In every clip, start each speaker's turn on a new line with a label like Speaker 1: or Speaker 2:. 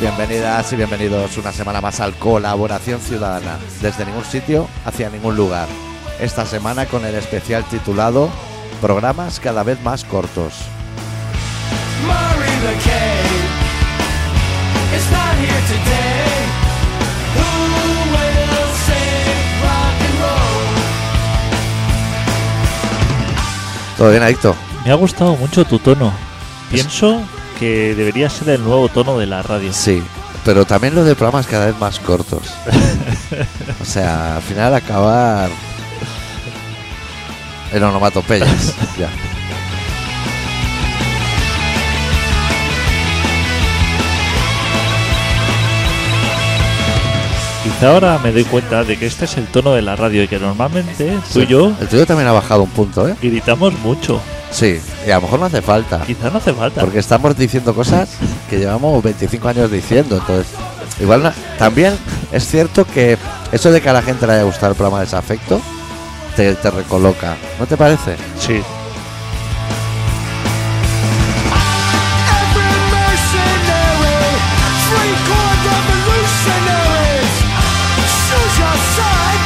Speaker 1: Bienvenidas y bienvenidos una semana más al Colaboración Ciudadana, desde ningún sitio hacia ningún lugar. Esta semana con el especial titulado Programas cada vez más cortos.
Speaker 2: Murray McCabe is not here today. Who will save rock and roll?
Speaker 1: ¿Todo bien, Adicto?
Speaker 3: Me ha gustado mucho tu tono. Pienso que debería ser el nuevo tono de la radio.
Speaker 1: Sí, pero también lo de programas cada vez más cortos. O sea, al final acabar en onomatopeyas. Ya.
Speaker 3: Quizá ahora me doy cuenta de que este es el tono de la radio y que normalmente tú y yo
Speaker 1: El tuyo también ha bajado un punto, ¿eh?
Speaker 3: gritamos mucho.
Speaker 1: Sí, y a lo mejor no hace falta.
Speaker 3: Quizá no hace falta.
Speaker 1: Porque estamos diciendo cosas que llevamos 25 años diciendo, entonces... Igual no- también es cierto que eso de que a la gente le haya gustado el programa Desafecto te, te recoloca, ¿no te parece?
Speaker 3: Sí.
Speaker 2: Every mercenary, free corps revolutionaries. Choose your side,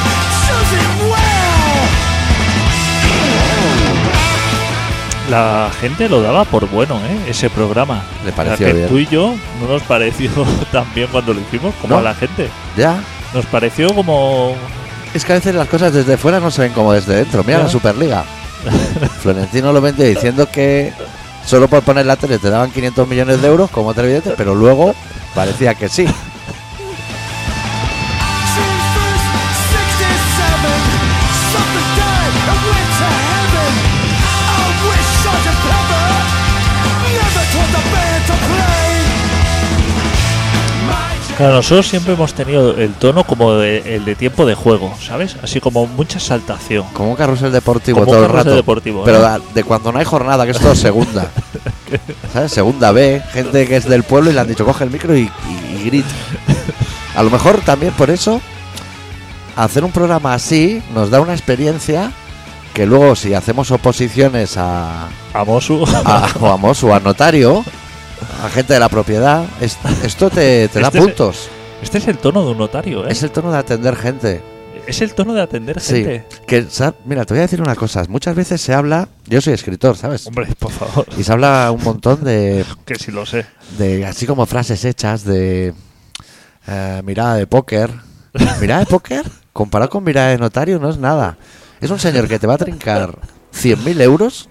Speaker 2: choose it well.
Speaker 3: La gente lo daba por bueno, ¿eh? Ese programa.
Speaker 1: Le pareció
Speaker 3: O sea, que
Speaker 1: bien.
Speaker 3: Tú y yo no nos pareció tan bien cuando lo hicimos como
Speaker 1: ¿No?
Speaker 3: a la gente.
Speaker 1: Ya.
Speaker 3: Nos pareció como...
Speaker 1: Es que a veces las cosas desde fuera no se ven como desde dentro. Mira
Speaker 3: Ya.
Speaker 1: la Superliga. Florentino lo vende diciendo que solo por poner la tele te daban 500 millones de euros como televidente, pero luego parecía que sí.
Speaker 2: June first, '67. Something died and went to heaven. I wish Sergeant Pepper never told the band to play. My
Speaker 3: Claro, nosotros siempre hemos tenido el tono como de- el de tiempo de juego, ¿sabes? Así como mucha saltación.
Speaker 1: Como un carrusel deportivo
Speaker 3: Como un
Speaker 1: todo el
Speaker 3: carrusel
Speaker 1: rato.
Speaker 3: deportivo, ¿eh?
Speaker 1: pero
Speaker 3: ¿no?
Speaker 1: da- de cuando no hay jornada, que es todo segunda. ¿Sabes? Segunda B, gente que es del pueblo y le han dicho coge el micro y, y- y grita. A lo mejor también por eso hacer un programa así nos da una experiencia que luego si hacemos oposiciones a,
Speaker 3: A Mosu.
Speaker 1: a, o a Mosu, a notario, a gente de la propiedad, es- esto te, te da
Speaker 3: Este-
Speaker 1: puntos.
Speaker 3: Este es el tono de un notario, ¿eh?
Speaker 1: Es el tono de atender gente.
Speaker 3: Es el tono de atender
Speaker 1: Sí.
Speaker 3: gente.
Speaker 1: Que, sa- mira, te voy a decir una cosa. Muchas veces se habla. Yo soy escritor, ¿sabes?
Speaker 3: Hombre, por favor,
Speaker 1: Y se habla un montón de,
Speaker 3: que si lo sé.
Speaker 1: de así como frases hechas de eh, mirada de póker. Mirada de póker, comparado con mirada de notario, no es nada. Es un señor que te va a trincar 100.000 euros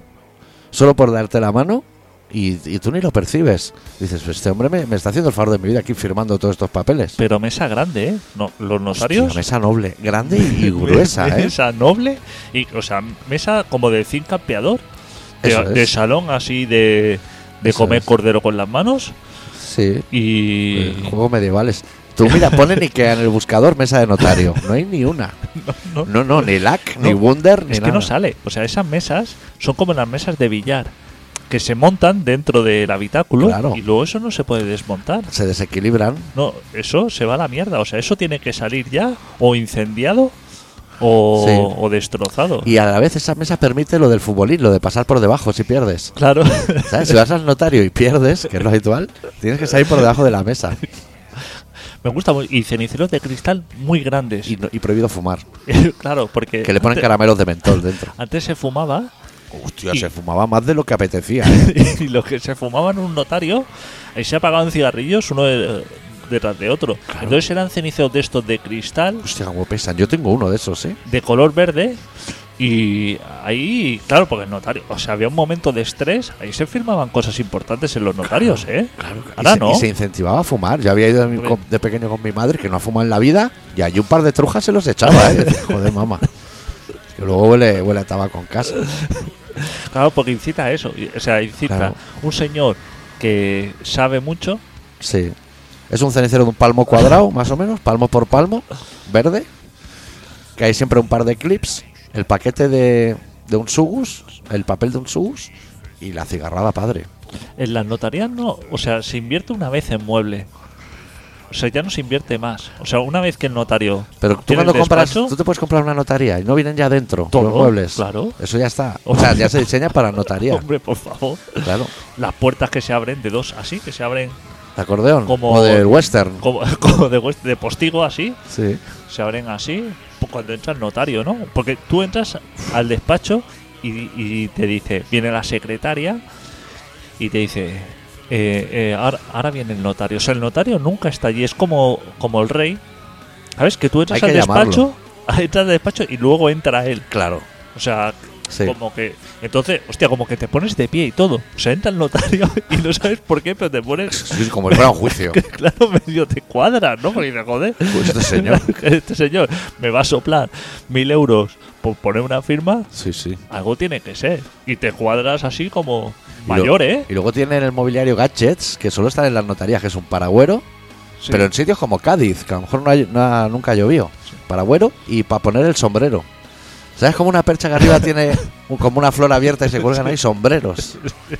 Speaker 1: solo por darte la mano y, y tú ni lo percibes. Dices, este hombre me, me está haciendo el favor de mi vida aquí firmando todos estos papeles.
Speaker 3: Pero mesa grande, ¿eh? No, los notarios.
Speaker 1: Hostia, mesa noble, grande y gruesa, ¿eh?
Speaker 3: Mesa noble. Y, o sea, mesa como de zinc campeador.
Speaker 1: Eso
Speaker 3: De,
Speaker 1: es.
Speaker 3: de salón así de, de
Speaker 1: Eso
Speaker 3: comer
Speaker 1: es.
Speaker 3: cordero con las manos.
Speaker 1: Sí.
Speaker 3: Y.
Speaker 1: Eh, Juegos medievales. Tú mira, pone Ikea en el buscador mesa de notario. No hay ni una. No,
Speaker 3: no.
Speaker 1: no, ni LAC, ni
Speaker 3: No.
Speaker 1: Wunder, ni
Speaker 3: es que
Speaker 1: nada.
Speaker 3: no sale. O sea, esas mesas son como las mesas de billar. Que se montan dentro del habitáculo.
Speaker 1: Claro.
Speaker 3: Y luego eso no se puede desmontar.
Speaker 1: Se desequilibran.
Speaker 3: No, eso se va a la mierda. O sea, eso tiene que salir ya o incendiado o,
Speaker 1: Sí.
Speaker 3: o destrozado.
Speaker 1: Y a la vez esa mesa permite lo del futbolín, lo de pasar por debajo si pierdes.
Speaker 3: Claro.
Speaker 1: ¿Sabes? Si vas al notario y pierdes, que es lo habitual, tienes que salir por debajo de la mesa.
Speaker 3: Me gusta muy- Y ceniceros de cristal muy grandes.
Speaker 1: Y, no- y prohibido fumar.
Speaker 3: claro, porque
Speaker 1: Que le ponen
Speaker 3: ante-
Speaker 1: caramelos de mentol dentro.
Speaker 3: antes se fumaba
Speaker 1: Hostia,
Speaker 3: Y-
Speaker 1: se fumaba más de lo que apetecía. ¿eh?
Speaker 3: y los que se fumaban un notario ahí se apagaban cigarrillos uno de- detrás de otro. Entonces eran ceniceros de estos de cristal,
Speaker 1: Hostia, cómo pesan. Yo tengo uno de esos, ¿eh?
Speaker 3: de color verde. Y ahí, claro, porque el notario, o sea, había un momento de estrés, ahí se firmaban cosas importantes en los notarios, ¿eh? Ahora
Speaker 1: y, se,
Speaker 3: no.
Speaker 1: y se incentivaba a fumar. Yo había ido de, mi-
Speaker 3: Hombre.
Speaker 1: con- de pequeño con mi madre, que no ha fumado en la vida, y allí un par de trujas se los echaba. ¿eh? Decía, Joder, mamá. Que luego huele, huele a tabaco en casa.
Speaker 3: Claro, porque incita a eso. y- O sea, incita
Speaker 1: Claro.
Speaker 3: un señor que sabe mucho,
Speaker 1: Sí. Es un cenicero de un palmo cuadrado, más o menos, palmo por palmo, verde. Que hay siempre un par de clips, el paquete de, de un sugus, el papel de un sugus y la cigarrada padre.
Speaker 3: en las notarías no, o sea, se invierte una vez en mueble. O sea, ya no se invierte más. O sea, una vez que el notario.
Speaker 1: Pero tú
Speaker 3: tiene el
Speaker 1: cuando compras,
Speaker 3: despacho,
Speaker 1: tú te puedes comprar una notaría y no vienen ya dentro
Speaker 3: Todo,
Speaker 1: los muebles.
Speaker 3: claro.
Speaker 1: Eso ya está. O sea, ya se diseña para notaría.
Speaker 3: Hombre, por favor.
Speaker 1: Claro.
Speaker 3: Las puertas que se abren de dos así, que se abren
Speaker 1: de acordeón
Speaker 3: Como-
Speaker 1: o del western.
Speaker 3: Como, como de, west- de postigo así,
Speaker 1: Sí.
Speaker 3: se abren así pu- cuando entra el notario, ¿no? Porque tú entras al despacho y, y te dice, viene la secretaria y te dice, eh, eh, ahora, ahora viene el notario. O sea, el notario nunca está allí, es como, como el rey. ¿Sabes? Que tú entras
Speaker 1: Hay
Speaker 3: al
Speaker 1: que
Speaker 3: despacho, entras al despacho y luego entra él.
Speaker 1: Claro.
Speaker 3: O sea,
Speaker 1: Sí.
Speaker 3: como que. Entonces, hostia, como que te pones de pie y todo. O sea, entra el notario y no sabes por qué, pero te pones.
Speaker 1: Sí, como si fuera un juicio.
Speaker 3: Claro, medio te cuadra, ¿no? Porque dices, joder.
Speaker 1: Pues este señor.
Speaker 3: Este señor me va a soplar mil euros por poner una firma.
Speaker 1: Sí, sí.
Speaker 3: Algo tiene que ser. Y te cuadras así como
Speaker 1: Y lo-
Speaker 3: mayor, ¿eh?
Speaker 1: Y luego tienen el mobiliario gadgets, que solo están en las notarías, que es un paragüero,
Speaker 3: Sí.
Speaker 1: pero en sitios como Cádiz, que a lo mejor no hay- no ha- nunca llovió. Paragüero y para poner el sombrero. ¿Sabes cómo una percha que arriba tiene un- como una flor abierta y se cuelgan ahí sombreros?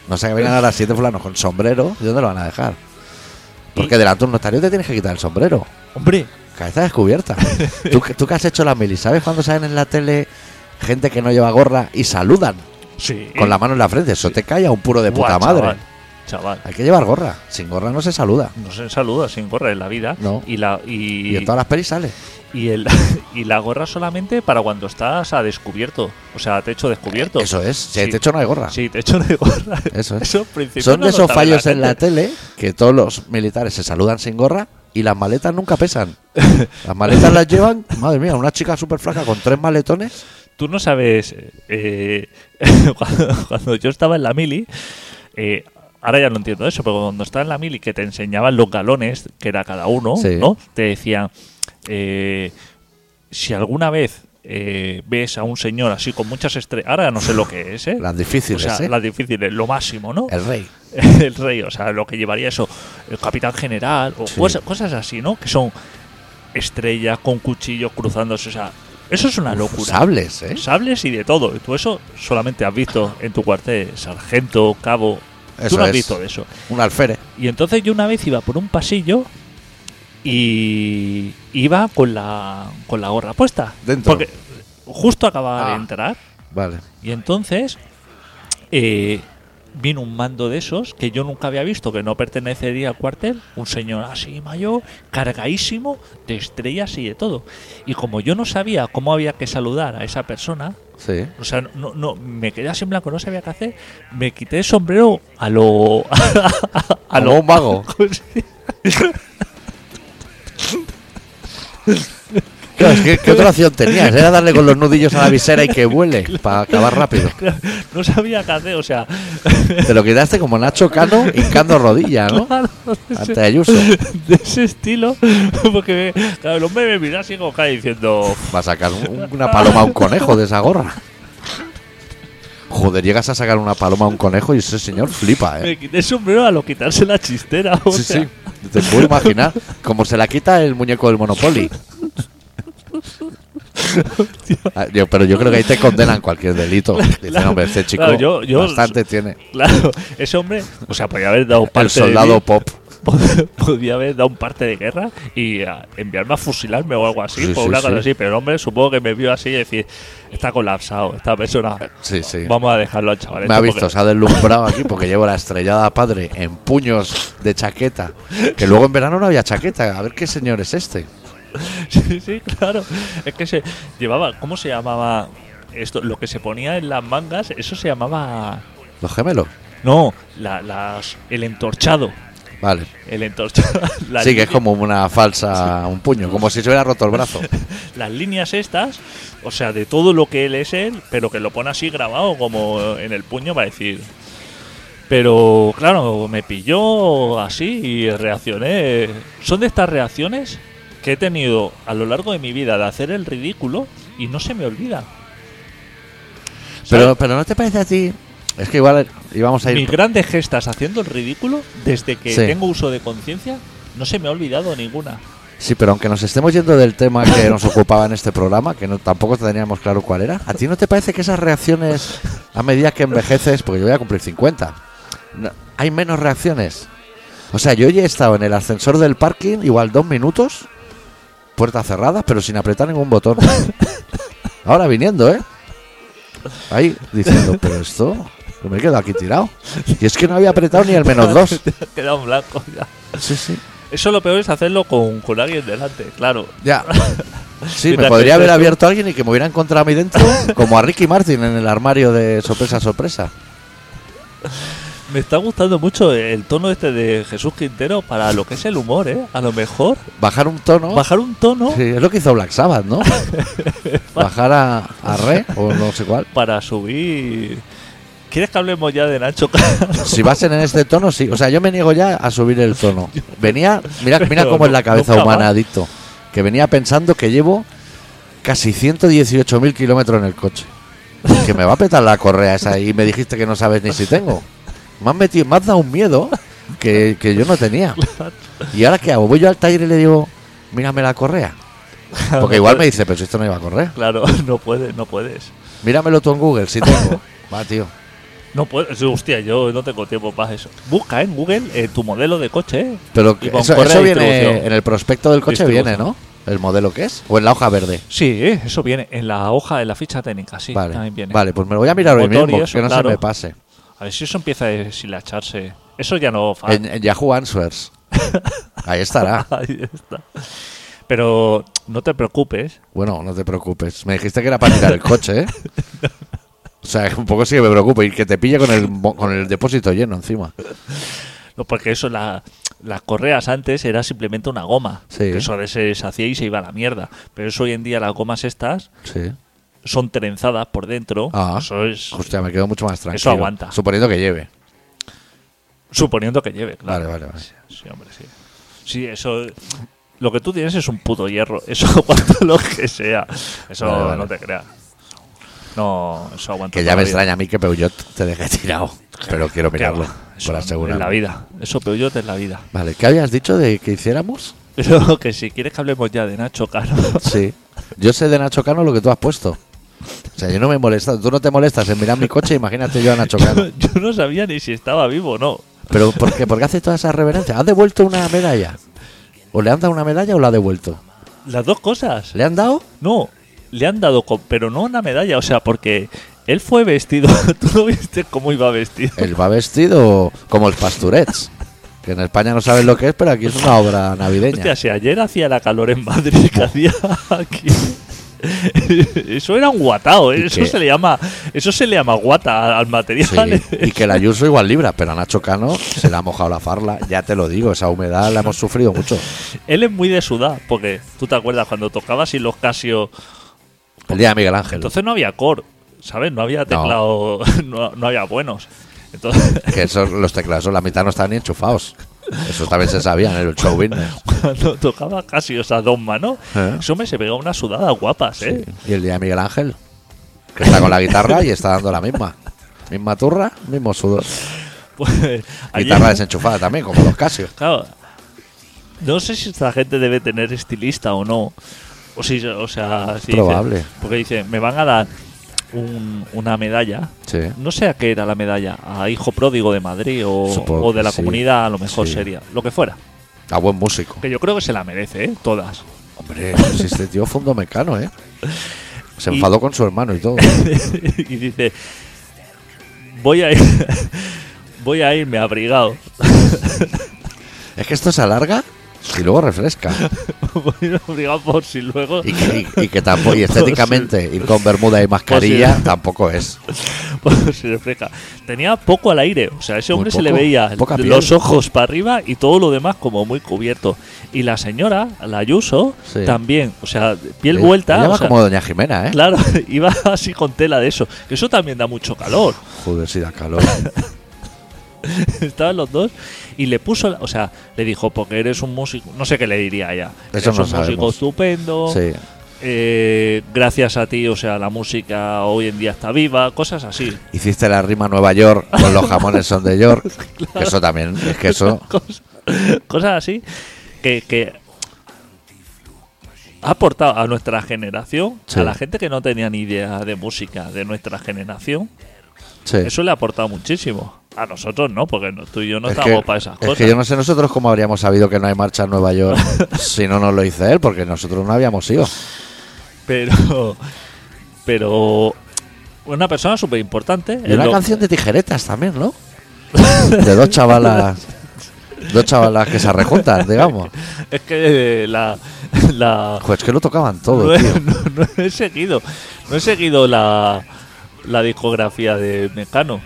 Speaker 1: No sé que vengan ahora siete fulanos con sombrero, ¿y dónde lo van a dejar? Porque delante de un notario te tienes que quitar el sombrero.
Speaker 3: Hombre,
Speaker 1: Cabeza descubierta. ¿Tú, que- tú que has hecho la mili, ¿sabes cuando salen en la tele gente que no lleva gorra y saludan
Speaker 3: sí.
Speaker 1: con la mano en la frente? Eso te cae a un puro de
Speaker 3: ¿Eh? Buah,
Speaker 1: puta madre.
Speaker 3: Chaval, chaval.
Speaker 1: Hay que llevar gorra. Sin gorra no se saluda.
Speaker 3: No se saluda sin gorra en la vida.
Speaker 1: No.
Speaker 3: Y la,
Speaker 1: Y, en todas las pelis sale.
Speaker 3: Y, el, y la gorra solamente para cuando estás a descubierto, o sea, a techo descubierto.
Speaker 1: Eso es. Si hay
Speaker 3: Sí.
Speaker 1: techo no hay gorra.
Speaker 3: Sí, techo de gorra.
Speaker 1: Eso es.
Speaker 3: Eso en principio
Speaker 1: Son
Speaker 3: no
Speaker 1: de
Speaker 3: lo
Speaker 1: esos
Speaker 3: sabe
Speaker 1: fallos en la
Speaker 3: gente.
Speaker 1: tele que todos los militares se saludan sin gorra y las maletas nunca pesan. Las maletas las llevan, madre mía, una chica súper flaca con tres maletones.
Speaker 3: Tú no sabes, eh, cuando, cuando yo estaba en la mili, eh, ahora ya no entiendo eso, pero cuando estaba en la mili que te enseñaban los galones, que era cada uno,
Speaker 1: Sí.
Speaker 3: ¿no? Te decían, eh, si alguna vez eh, ves a un señor así con muchas estrellas, ahora ya no sé lo que es, ¿eh?
Speaker 1: Las difíciles,
Speaker 3: o sea,
Speaker 1: ¿eh?
Speaker 3: las difíciles, lo máximo, ¿no?
Speaker 1: El rey.
Speaker 3: el rey, o sea, lo que llevaría eso, el capitán general, o
Speaker 1: Sí.
Speaker 3: cosas, cosas así, ¿no? Que son estrellas con cuchillos cruzándose, o sea, eso es una locura.
Speaker 1: Sables, ¿eh?
Speaker 3: Sables y de todo. Y tú eso solamente has visto en tu cuartel, sargento, cabo.
Speaker 1: Eso
Speaker 3: tú no has
Speaker 1: es.
Speaker 3: visto de eso.
Speaker 1: Un alférez.
Speaker 3: Y entonces yo una vez iba por un pasillo y iba con la, con la gorra puesta.
Speaker 1: Dentro.
Speaker 3: Porque justo acababa de
Speaker 1: Ah.
Speaker 3: entrar
Speaker 1: Vale.
Speaker 3: y entonces eh, vino un mando de esos que yo nunca había visto, que no pertenecería al cuartel, un señor así mayor, cargadísimo de estrellas y de todo. Y como yo no sabía cómo había que saludar a esa persona,
Speaker 1: Sí.
Speaker 3: o sea, no, no, me quedé así en blanco, no sabía qué hacer, me quité el sombrero a lo... a,
Speaker 1: Como un vago. Claro, es que- ¿Qué otra opción tenías? Era darle con los nudillos a la visera y que vuele para acabar rápido.
Speaker 3: no sabía qué hacer, o sea...
Speaker 1: Te lo quitaste como Nacho Cano hincando rodilla, ¿no?
Speaker 3: claro,
Speaker 1: Ante Ayuso.
Speaker 3: de ese estilo, porque claro, el hombre me mira así como cae diciendo...
Speaker 1: Va a sacar un- una paloma a un conejo de esa gorra. Joder, llegas a sacar una paloma a un conejo y ese señor flipa, ¿eh?
Speaker 3: Me quité el sombrero a lo quitarse la chistera. O
Speaker 1: Sí,
Speaker 3: sea,
Speaker 1: sí. Te puedo imaginar como se la quita el muñeco del Monopoly. Ah, yo- pero yo creo que ahí te condenan cualquier delito. Dicen,
Speaker 3: Claro,
Speaker 1: hombre, este chico
Speaker 3: claro, yo- yo-
Speaker 1: bastante tiene.
Speaker 3: Claro, ese hombre, o sea, podía haber dado parte
Speaker 1: El soldado
Speaker 3: de
Speaker 1: pop.
Speaker 3: pod- podía haber dado un parte de guerra y a, enviarme a fusilarme o algo así,
Speaker 1: Sí,
Speaker 3: por
Speaker 1: sí,
Speaker 3: una cosa
Speaker 1: sí.
Speaker 3: así, pero el hombre supongo que me vio así y decir, está colapsado esta persona.
Speaker 1: Sí, sí.
Speaker 3: Vamos a dejarlo al chaval.
Speaker 1: Me ha
Speaker 3: este,
Speaker 1: visto, se ha deslumbrado aquí porque llevo la estrellada padre en puños de chaqueta. Que luego en verano no había chaqueta. A ver qué señor es este.
Speaker 3: porque- sí, sí, claro. Es que se llevaba, ¿cómo se llamaba esto? Lo que se ponía en las mangas, eso se llamaba...
Speaker 1: Los gemelos.
Speaker 3: No, la- las, el entorchado.
Speaker 1: Vale.
Speaker 3: El entorchado. la
Speaker 1: Sí, que es
Speaker 3: línea-
Speaker 1: como una falsa, un puño, como si se hubiera roto el brazo.
Speaker 3: las líneas estas, o sea, de todo lo que él es él, pero que lo pone así grabado como en el puño para decir. Pero claro, me pilló así y reaccioné. Son de estas reacciones que he tenido a lo largo de mi vida de hacer el ridículo y no se me olvida.
Speaker 1: Pero,
Speaker 3: ¿Sabes?
Speaker 1: pero no te parece a ti. Es que igual íbamos a ir.
Speaker 3: mis grandes gestas haciendo el ridículo, desde que
Speaker 1: Sí.
Speaker 3: tengo uso de conciencia, no se me ha olvidado ninguna.
Speaker 1: Sí, pero aunque nos estemos yendo del tema que nos ocupaba en este programa, que no, tampoco teníamos claro cuál era, ¿a ti no te parece que esas reacciones, a medida que envejeces, porque yo voy a cumplir 50, no- hay menos reacciones? O sea, yo ya he estado en el ascensor del parking, igual dos minutos, puerta cerrada, pero sin apretar ningún botón. Ahora viniendo, ¿eh? Ahí, diciendo, pero esto, Yo me quedo aquí tirado. Y es que no había apretado ni el menos dos.
Speaker 3: Te has quedado en blanco ya.
Speaker 1: Sí, sí.
Speaker 3: Eso lo peor es hacerlo con, con alguien delante, claro.
Speaker 1: Ya. Sí, me
Speaker 3: Mientras
Speaker 1: podría
Speaker 3: que
Speaker 1: haber
Speaker 3: dices tú-
Speaker 1: abierto alguien y que me hubiera encontrado a mí dentro, como a Ricky Martin en el armario de sorpresa, sorpresa.
Speaker 3: Me está gustando mucho el tono este de Jesús Quintero para lo que es el humor, ¿eh? A lo mejor
Speaker 1: Bajar un tono.
Speaker 3: bajar un tono
Speaker 1: Sí, es lo que hizo Black Sabbath, ¿no? Bajar a, a re o no sé cuál.
Speaker 3: para subir. ¿Quieres que hablemos ya de Nacho Cano?
Speaker 1: Si vas en este tono, sí. O sea, yo me niego ya a subir el tono. Venía, mira, mira
Speaker 3: Pero
Speaker 1: cómo es
Speaker 3: nu-
Speaker 1: la cabeza
Speaker 3: nunca
Speaker 1: humana,
Speaker 3: más.
Speaker 1: adicto. Que venía pensando que llevo casi 118.000 kilómetros en el coche. Que me va a petar la correa esa y me dijiste que no sabes ni si tengo. Me has metido, me has dado un miedo que, que yo no tenía. ¿Y ahora qué hago? Voy yo al taller y le digo, mírame la correa. Porque igual me dice, pero si esto no iba a correa.
Speaker 3: Claro, no puedes, no puedes.
Speaker 1: Míramelo tú en Google, si tengo. Va, tío.
Speaker 3: No puedes. Sí, Hostia, yo no tengo tiempo para eso. Busca en Google eh, tu modelo de coche, ¿eh?
Speaker 1: Pero
Speaker 3: Y
Speaker 1: que-
Speaker 3: con
Speaker 1: eso,
Speaker 3: correa
Speaker 1: eso
Speaker 3: de
Speaker 1: viene
Speaker 3: distribución.
Speaker 1: en el prospecto del coche
Speaker 3: Distribución.
Speaker 1: viene, ¿no? El modelo que es o en la hoja verde.
Speaker 3: Sí, eso viene en la hoja, en la ficha técnica, sí.
Speaker 1: vale.
Speaker 3: También viene.
Speaker 1: Vale, pues me lo voy a mirar hoy
Speaker 3: Motor y
Speaker 1: mismo,
Speaker 3: eso,
Speaker 1: que no
Speaker 3: claro.
Speaker 1: se me pase.
Speaker 3: A ver si eso empieza a deshilacharse. Eso ya no fa-
Speaker 1: En, en Yahoo Answers. Ahí estará.
Speaker 3: Ahí está. Pero no te preocupes.
Speaker 1: Bueno, no te preocupes. Me dijiste que era para tirar el coche, ¿eh? O sea, un poco sí que me preocupo y que te pille con el, mo- con el depósito lleno encima.
Speaker 3: No, porque eso, la- las correas antes era simplemente una goma.
Speaker 1: Sí.
Speaker 3: Que eso de se deshacía y se iba a la mierda. Pero eso hoy en día las gomas estas
Speaker 1: Sí.
Speaker 3: son trenzadas por dentro.
Speaker 1: Ah.
Speaker 3: Eso es
Speaker 1: Hostia, me quedo mucho más tranquilo.
Speaker 3: aguanta.
Speaker 1: Suponiendo que lleve.
Speaker 3: suponiendo que lleve, claro.
Speaker 1: Vale, vale, vale.
Speaker 3: Sí, sí, hombre, sí. Sí, eso... Lo que tú tienes es un puto hierro. Eso cuanto lo que sea. Eso
Speaker 1: Vale, vale.
Speaker 3: no te creas. No, eso aguanta.
Speaker 1: Que ya me
Speaker 3: toda la vida.
Speaker 1: extraña a mí que Peugeot te deje tirado. Pero quiero mirarlo.
Speaker 3: Qué va. Eso
Speaker 1: Por
Speaker 3: En la
Speaker 1: asegurar.
Speaker 3: vida. Eso Peugeot es la vida.
Speaker 1: Vale, ¿qué habías dicho de que hiciéramos?
Speaker 3: Pero que si quieres que hablemos ya de Nacho Cano.
Speaker 1: Sí. Yo sé de Nacho Cano lo que tú has puesto. O sea, yo no me molesta. Tú no te molestas en mirar mi coche, imagínate yo a Nacho Cano.
Speaker 3: Yo no sabía ni si estaba vivo o no.
Speaker 1: Pero ¿por qué? ¿Por qué hace todas esas reverencias? ¿Ha devuelto una medalla? ¿O le han dado una medalla o la ha devuelto?
Speaker 3: Las dos cosas.
Speaker 1: ¿Le han dado?
Speaker 3: No, le han dado, con- pero no una medalla. O sea, porque él fue vestido. Tú no viste cómo iba vestido.
Speaker 1: Él va vestido como el Pasturets. Que en España no saben lo que es, pero aquí es una obra navideña.
Speaker 3: Hostia, si ayer hacía la calor en Madrid que hacía aquí. Eso era un guatao, ¿eh?
Speaker 1: Y
Speaker 3: eso
Speaker 1: que-
Speaker 3: se le llama, eso se le llama guata al
Speaker 1: Sí,
Speaker 3: material.
Speaker 1: y que la Ayuso igual libra, pero a Nacho Cano se le ha mojado la farla. Ya te lo digo, esa humedad la hemos sufrido mucho.
Speaker 3: Él es muy de sudar, porque tú te acuerdas cuando tocaba así los Casio,
Speaker 1: El día de Miguel Ángel.
Speaker 3: entonces no había core, ¿sabes? No había teclado, no, no había buenos. Entonces,
Speaker 1: Que esos, los teclados, la mitad no están ni enchufados. Eso también se sabía en el show business.
Speaker 3: cuando tocaba casi esas dos manos,
Speaker 1: ¿Eh?
Speaker 3: eso me se pegaba unas sudadas guapas, ¿eh?
Speaker 1: Y el día de Miguel Ángel, que está con la guitarra y está dando la misma. Misma turra, mismo sudor.
Speaker 3: Pues, ayer-
Speaker 1: Guitarra desenchufada también, como los Casio.
Speaker 3: Claro. No sé si esta gente debe tener estilista o no. O, si, o sea, si dice-
Speaker 1: Probable.
Speaker 3: porque dice, me van a dar un- una medalla.
Speaker 1: Sí.
Speaker 3: No sé a qué era la medalla. A hijo pródigo de Madrid o,
Speaker 1: Supongo
Speaker 3: o de
Speaker 1: que
Speaker 3: la
Speaker 1: sí.
Speaker 3: comunidad, a lo mejor
Speaker 1: Sí.
Speaker 3: sería. Lo que fuera.
Speaker 1: A buen músico.
Speaker 3: Que yo creo que se la merece, ¿eh? Todas.
Speaker 1: Hombre, si este tío fue un domecano, ¿eh? Se
Speaker 3: Y-
Speaker 1: enfadó con su hermano y todo.
Speaker 3: y dice, voy a ir... Voy a irme abrigado.
Speaker 1: Es que esto se alarga y luego refresca.
Speaker 3: Voy a irme abrigado por si luego.
Speaker 1: Y que, y- y que tampoco, y estéticamente, ir con bermuda y mascarilla tampoco es.
Speaker 3: Pues se refleja. Tenía poco al aire, o sea, ese
Speaker 1: Muy
Speaker 3: hombre se le
Speaker 1: poco,
Speaker 3: veía
Speaker 1: poca piel.
Speaker 3: los ojos para arriba y todo lo demás como muy cubierto. Y la señora, la Ayuso,
Speaker 1: Sí.
Speaker 3: también, o sea, piel
Speaker 1: Ella-
Speaker 3: vuelta.
Speaker 1: ella
Speaker 3: o
Speaker 1: va
Speaker 3: sea,
Speaker 1: como Doña Jimena, ¿eh?
Speaker 3: Claro, iba así con tela de eso. Que eso también da mucho calor.
Speaker 1: Joder, si da calor.
Speaker 3: Estaban los dos y le puso, la- o sea, le dijo, porque eres un músico, no sé qué le diría ella.
Speaker 1: Eso
Speaker 3: eres
Speaker 1: no
Speaker 3: un músico
Speaker 1: sabemos.
Speaker 3: estupendo.
Speaker 1: Sí.
Speaker 3: eh, gracias a ti, o sea, la música hoy en día está viva, cosas así.
Speaker 1: Hiciste la rima Nueva York con los jamones son de York. Que eso también, es que eso.
Speaker 3: cosas, cosas así que, que ha aportado a nuestra generación,
Speaker 1: Sí.
Speaker 3: a la gente que no tenía ni idea de música de nuestra generación,
Speaker 1: sí.
Speaker 3: eso le ha aportado muchísimo. A nosotros no, porque no- tú y yo no
Speaker 1: es
Speaker 3: estamos
Speaker 1: que,
Speaker 3: para esas
Speaker 1: es
Speaker 3: cosas.
Speaker 1: que yo no sé nosotros cómo habríamos sabido que no hay marcha en Nueva York si no nos lo hizo él,
Speaker 3: Eh,
Speaker 1: porque nosotros no habíamos ido.
Speaker 3: Pero, pero una persona súper importante.
Speaker 1: Y una canción de tijeretas también, ¿no? De dos chavalas. Dos chavalas que se rejuntan, digamos.
Speaker 3: Es que eh, la. la
Speaker 1: Joder, es que lo tocaban
Speaker 3: no,
Speaker 1: todo,
Speaker 3: he-
Speaker 1: tío.
Speaker 3: no- no he seguido. No he seguido la, la discografía de Mecano.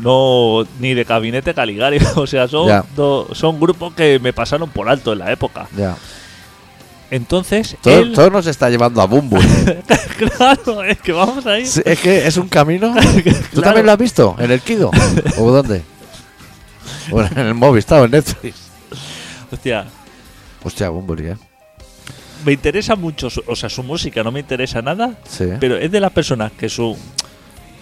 Speaker 3: No, ni de Gabinete Caligari. O sea, son,
Speaker 1: Ya.
Speaker 3: do- son grupos que me pasaron por alto en la época.
Speaker 1: Ya.
Speaker 3: Entonces,
Speaker 1: Todo,
Speaker 3: él-
Speaker 1: todo nos está llevando a Bumbu.
Speaker 3: claro, es que vamos a ir.
Speaker 1: Sí, Es que es un camino. ¿Tú
Speaker 3: Claro.
Speaker 1: también lo has visto? ¿En el Kido? ¿O dónde? ¿O en el Movistar o en Netflix?
Speaker 3: Hostia,
Speaker 1: Hostia, Bumburi, ¿eh?
Speaker 3: me interesa mucho, su- o sea, su música no me interesa nada,
Speaker 1: Sí. ¿eh?
Speaker 3: pero es de las personas que su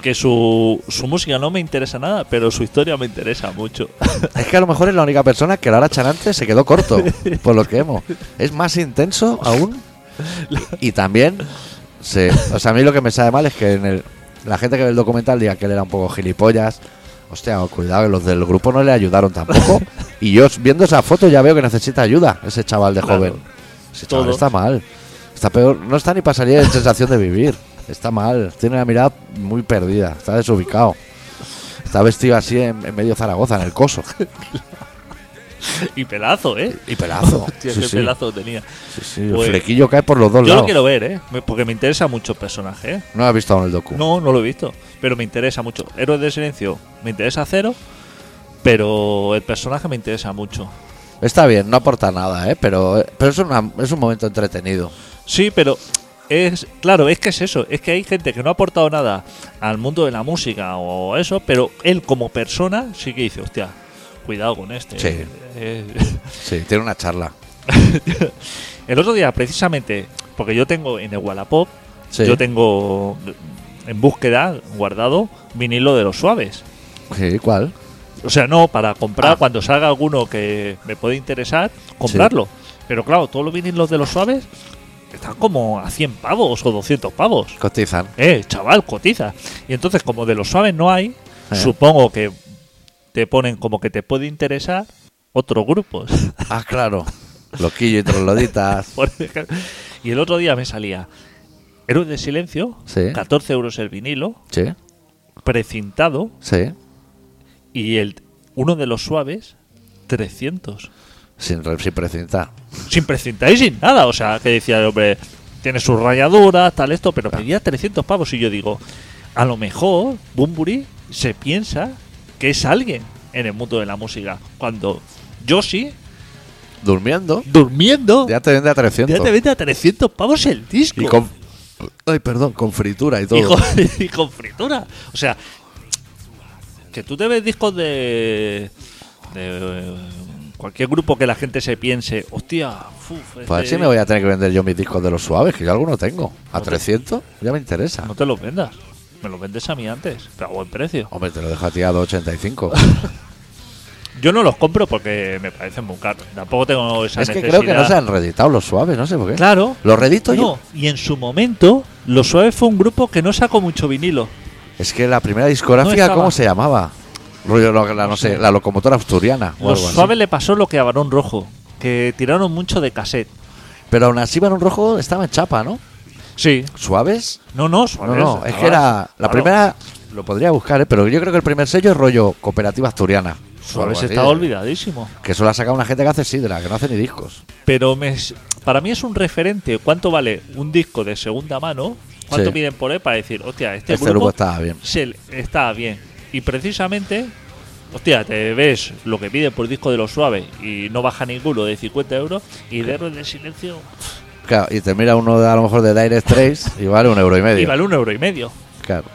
Speaker 3: que su, su música no me interesa nada, pero su historia me interesa mucho.
Speaker 1: Es que a lo mejor es la única persona que la hora Charante se quedó corto, por lo que hemos. Es más intenso aún. Y, y también, se, o sea, a mí lo que me sabe mal es que en el, la gente que ve el documental diga que él era un poco gilipollas. Hostia, cuidado, que los del grupo no le ayudaron tampoco. Y yo viendo esa foto ya veo que necesita ayuda ese chaval de
Speaker 3: Claro.
Speaker 1: joven. Ese chaval
Speaker 3: Todo.
Speaker 1: está mal. Está peor. No está ni para salir en sensación de vivir. Está mal. Tiene la mirada muy perdida. Está desubicado. Está vestido así en, en medio Zaragoza, en el coso.
Speaker 3: Y pelazo, ¿eh?
Speaker 1: Y pelazo.
Speaker 3: Hostia,
Speaker 1: sí,
Speaker 3: qué
Speaker 1: sí.
Speaker 3: pelazo tenía.
Speaker 1: Sí, sí,
Speaker 3: Pues-
Speaker 1: el flequillo cae por los dos
Speaker 3: Yo lo
Speaker 1: lados.
Speaker 3: quiero ver, ¿eh? Me- Porque me interesa mucho el personaje, ¿eh?
Speaker 1: No lo has visto aún el docu.
Speaker 3: No, no lo he visto, pero me interesa mucho. Héroes del Silencio me interesa cero, pero el personaje me interesa mucho.
Speaker 1: Está bien, no aporta nada, ¿eh? Pero, pero es, una- es un momento entretenido.
Speaker 3: Sí, pero es claro, es que es eso, es que hay gente que no ha aportado nada al mundo de la música o eso, pero él como persona sí que dice, hostia, cuidado con este.
Speaker 1: Sí.
Speaker 3: Eh,
Speaker 1: Sí, tiene una charla.
Speaker 3: el otro día, precisamente, porque yo tengo en el Wallapop,
Speaker 1: Sí.
Speaker 3: yo tengo en búsqueda guardado vinilo de los suaves.
Speaker 1: Sí, ¿cuál?
Speaker 3: O sea, no, para comprar
Speaker 1: Ah.
Speaker 3: cuando salga alguno que me puede interesar, comprarlo. Pero claro, todos los vinilos de los suaves están como a 100 pavos o 200 pavos.
Speaker 1: Cotizan.
Speaker 3: eh, chaval, cotiza. Y entonces, como de los suaves no hay,
Speaker 1: Eh.
Speaker 3: supongo que te ponen como que te puede interesar otros grupos.
Speaker 1: Ah, claro. Loquillo y trogloditas.
Speaker 3: Por ejemplo. y el otro día me salía Héroes de Silencio,
Speaker 1: Sí.
Speaker 3: 14 euros el vinilo,
Speaker 1: Sí,
Speaker 3: precintado,
Speaker 1: sí.
Speaker 3: y el uno de los suaves, 300.
Speaker 1: Sin, re- sin precintar.
Speaker 3: Sin precintar y sin nada. O sea, que decía el hombre, tiene sus rayaduras, tal, esto, pero pedía 300 pavos. Y yo digo, a lo mejor Bumburi se piensa que es alguien en el mundo de la música. Cuando Yoshi,
Speaker 1: Durmiendo.
Speaker 3: durmiendo, ya,
Speaker 1: Ya te vende a 300.
Speaker 3: te vende a 300 pavos el disco.
Speaker 1: Y con... Ay, perdón, con fritura y todo.
Speaker 3: Y con, y con fritura. O sea, que tú te ves discos de. de eh, cualquier grupo que la gente se piense, hostia, uf,
Speaker 1: Pues
Speaker 3: este-
Speaker 1: así me voy a tener que vender yo mis discos de los suaves, que yo alguno tengo. A
Speaker 3: No te-
Speaker 1: 300 ya me interesa.
Speaker 3: No te los vendas. Me los vendes a mí antes, pero a buen precio.
Speaker 1: Hombre, te lo dejo a ti a 285.
Speaker 3: Yo no los compro porque me parecen muy caros. Tampoco tengo esa
Speaker 1: es que
Speaker 3: necesidad.
Speaker 1: creo que no ¿eh? se han reeditado los suaves, no sé por qué.
Speaker 3: Claro.
Speaker 1: Los redito yo.
Speaker 3: No, y en su momento, Los Suaves fue un grupo que no sacó mucho vinilo.
Speaker 1: Es que la primera
Speaker 3: No
Speaker 1: discográfica,
Speaker 3: estaba.
Speaker 1: ¿cómo se llamaba? Rollo, lo- la, no sé, la locomotora asturiana. o
Speaker 3: Los
Speaker 1: algo así.
Speaker 3: Suaves le pasó lo que a Barón Rojo, que tiraron mucho de cassette.
Speaker 1: Pero aún así, Barón Rojo estaba en chapa, ¿no?
Speaker 3: Sí.
Speaker 1: ¿Suaves?
Speaker 3: No, no,
Speaker 1: No,
Speaker 3: Suaves.
Speaker 1: no, es
Speaker 3: estaba-
Speaker 1: que era. La
Speaker 3: claro.
Speaker 1: primera. Lo podría buscar, ¿eh? pero yo creo que el primer sello es rollo cooperativa asturiana.
Speaker 3: Suaves
Speaker 1: Algo así,
Speaker 3: estaba
Speaker 1: ¿eh?
Speaker 3: olvidadísimo.
Speaker 1: Que solo ha sacado una gente que hace sidra, que no hace ni discos.
Speaker 3: Pero me, es- para mí es un referente. ¿Cuánto vale un disco de segunda mano? ¿Cuánto
Speaker 1: Sí.
Speaker 3: piden por él para decir, hostia, este,
Speaker 1: este grupo estaba bien.
Speaker 3: se le- está bien. Y precisamente, hostia, te ves lo que piden por disco de los suaves y no baja ninguno de 50 euros y de Héroes del Silencio
Speaker 1: Claro, y te mira uno de, a lo mejor de Direct 3 y vale un euro y medio.
Speaker 3: y vale un euro y medio.
Speaker 1: Claro.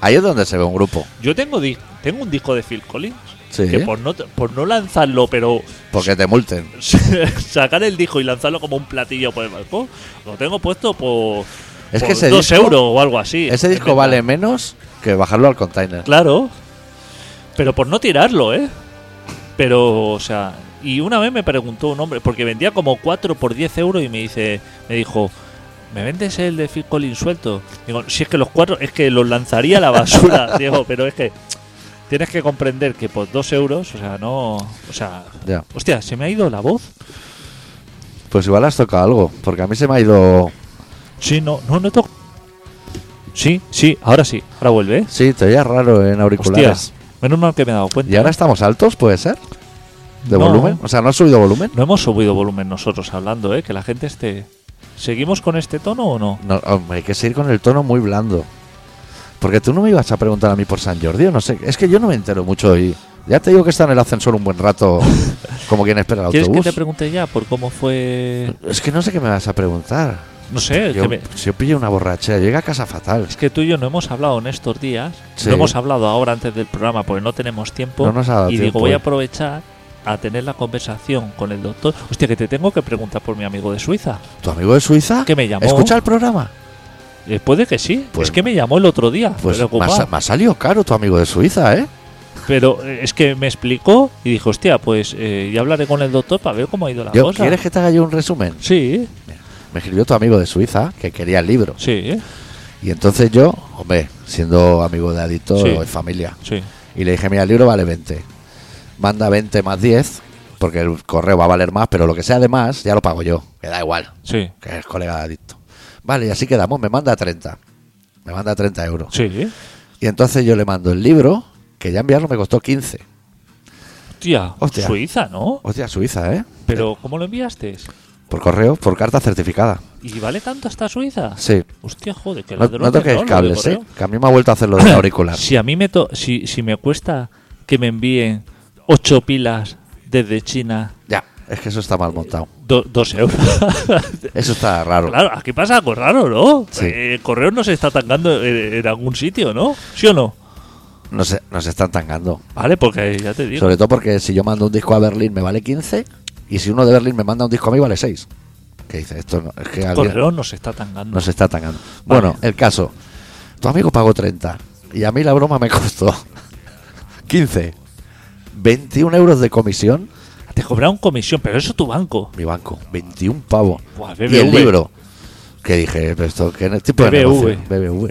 Speaker 1: Ahí es donde se ve un grupo.
Speaker 3: Yo tengo, di- tengo un disco de Phil Collins
Speaker 1: Sí.
Speaker 3: que por no, t- por no lanzarlo, pero
Speaker 1: Porque te multen.
Speaker 3: sacar el disco y lanzarlo como un platillo por el balcón, lo tengo puesto por,
Speaker 1: Es
Speaker 3: por
Speaker 1: que ese
Speaker 3: dos
Speaker 1: disco-
Speaker 3: euros o algo así.
Speaker 1: Ese
Speaker 3: Es
Speaker 1: disco
Speaker 3: verdad.
Speaker 1: vale menos que bajarlo al container.
Speaker 3: Claro. Pero por no tirarlo, ¿eh? Pero, o sea, y una vez me preguntó un hombre, porque vendía como 4 por 10 euros y me dice, me dijo, ¿me vendes el de Phil Collins suelto? Digo, si es que los cuatro, es que los lanzaría a la basura, Diego, pero es que tienes que comprender que por 2 euros, o sea, no, o sea,
Speaker 1: Ya.
Speaker 3: hostia, se me ha ido la voz.
Speaker 1: Pues igual has tocado algo, porque a mí se me ha ido.
Speaker 3: Sí, no, no, no toco. Sí, sí, ahora sí, ahora vuelve. ¿eh?
Speaker 1: Sí, te veía raro en auriculares.
Speaker 3: Hostias, menos mal que me he dado cuenta.
Speaker 1: ¿Y ahora estamos altos, puede ser? ¿De
Speaker 3: No.
Speaker 1: volumen? O sea, ¿no has subido volumen?
Speaker 3: No hemos subido volumen nosotros hablando, ¿eh? Que la gente esté... ¿Seguimos con este tono o no?
Speaker 1: No, hombre, hay que seguir con el tono muy blando. Porque tú no me ibas a preguntar a mí por San Jordi, o no sé. Es que yo no me entero mucho y ya te digo que está en el ascensor un buen rato, como quien espera el
Speaker 3: ¿Quieres que
Speaker 1: autobús.
Speaker 3: te pregunte ya por cómo fue...?
Speaker 1: es que no sé qué me vas a preguntar.
Speaker 3: No sé,
Speaker 1: Yo,
Speaker 3: que me-
Speaker 1: Si yo pillo una borrachera, llega a casa fatal.
Speaker 3: es que tú y yo no hemos hablado en estos días.
Speaker 1: Sí.
Speaker 3: No hemos hablado ahora antes del programa porque no tenemos tiempo.
Speaker 1: No nos ha dado
Speaker 3: y
Speaker 1: tiempo,
Speaker 3: digo, voy
Speaker 1: eh.
Speaker 3: a aprovechar a tener la conversación con el doctor. Hostia, que te tengo que preguntar por mi amigo de Suiza.
Speaker 1: ¿Tu amigo de Suiza?
Speaker 3: ¿Qué me llamó?
Speaker 1: ¿Escucha el programa?
Speaker 3: Eh, puede que sí.
Speaker 1: Pues-
Speaker 3: es que me llamó el otro día.
Speaker 1: Pues me ha,
Speaker 3: preocupado.
Speaker 1: sa- me ha salido caro tu amigo de Suiza, ¿eh?
Speaker 3: Pero eh, es que me explicó y dijo, hostia, pues eh, ya hablaré con el doctor para ver cómo ha ido la
Speaker 1: Yo-
Speaker 3: cosa.
Speaker 1: ¿Quieres que te haga yo un resumen?
Speaker 3: Sí,
Speaker 1: Me escribió tu amigo de Suiza que quería el libro.
Speaker 3: sí,
Speaker 1: Y entonces yo, hombre, siendo amigo de adicto
Speaker 3: Sí.
Speaker 1: y familia,
Speaker 3: sí.
Speaker 1: Y le dije, mira, el libro vale 20. Manda 20 más 10, porque el correo va a valer más, pero lo que sea de más, ya lo pago yo. Me da igual,
Speaker 3: Sí,
Speaker 1: que es colega de adicto. Vale, y así quedamos, me manda 30. Me manda 30 euros.
Speaker 3: sí.
Speaker 1: Y entonces yo le mando el libro, que ya enviarlo me costó 15.
Speaker 3: Hostia,
Speaker 1: Hostia.
Speaker 3: Suiza, ¿no?
Speaker 1: Hostia, Suiza, ¿eh?
Speaker 3: Pero ¿cómo lo enviaste?
Speaker 1: Por correo, por carta certificada.
Speaker 3: ¿Y vale tanto hasta Suiza?
Speaker 1: Sí.
Speaker 3: Hostia, joder, que
Speaker 1: No,
Speaker 3: ladrones,
Speaker 1: no toques
Speaker 3: Lo de
Speaker 1: cables, ¿eh?
Speaker 3: correo.
Speaker 1: Que a mí me ha vuelto a hacerlo del auricular.
Speaker 3: Si a mí me to- si, si me cuesta que me envíen ocho pilas desde China,
Speaker 1: Ya, es que eso está mal montado.
Speaker 3: do- dos euros.
Speaker 1: Eso está raro.
Speaker 3: Eh, claro, aquí pasa algo raro, ¿no?
Speaker 1: Sí.
Speaker 3: Eh, correo no se está tangando en, en algún sitio, ¿no? ¿Sí o no?
Speaker 1: Nos, nos están tangando.
Speaker 3: Vale, porque ya te digo.
Speaker 1: Sobre todo porque si yo mando un disco a Berlín me vale 15 y si uno de Berlín me manda un disco a mí vale 6. Que dice, esto no- es que alguien
Speaker 3: Correo no se está tangando.
Speaker 1: nos está atacando.
Speaker 3: Vale.
Speaker 1: Bueno, el caso. Tu amigo pagó 30 y a mí la broma me costó 15. 21 euros de comisión,
Speaker 3: Te cobraron comisión, pero eso es tu banco.
Speaker 1: mi banco, 21 pavos.
Speaker 3: Buah,
Speaker 1: Y el
Speaker 3: BBV.
Speaker 1: libro. Que dije, pero esto, ¿qué ne- tipo de
Speaker 3: BBV.
Speaker 1: negocio? BBV.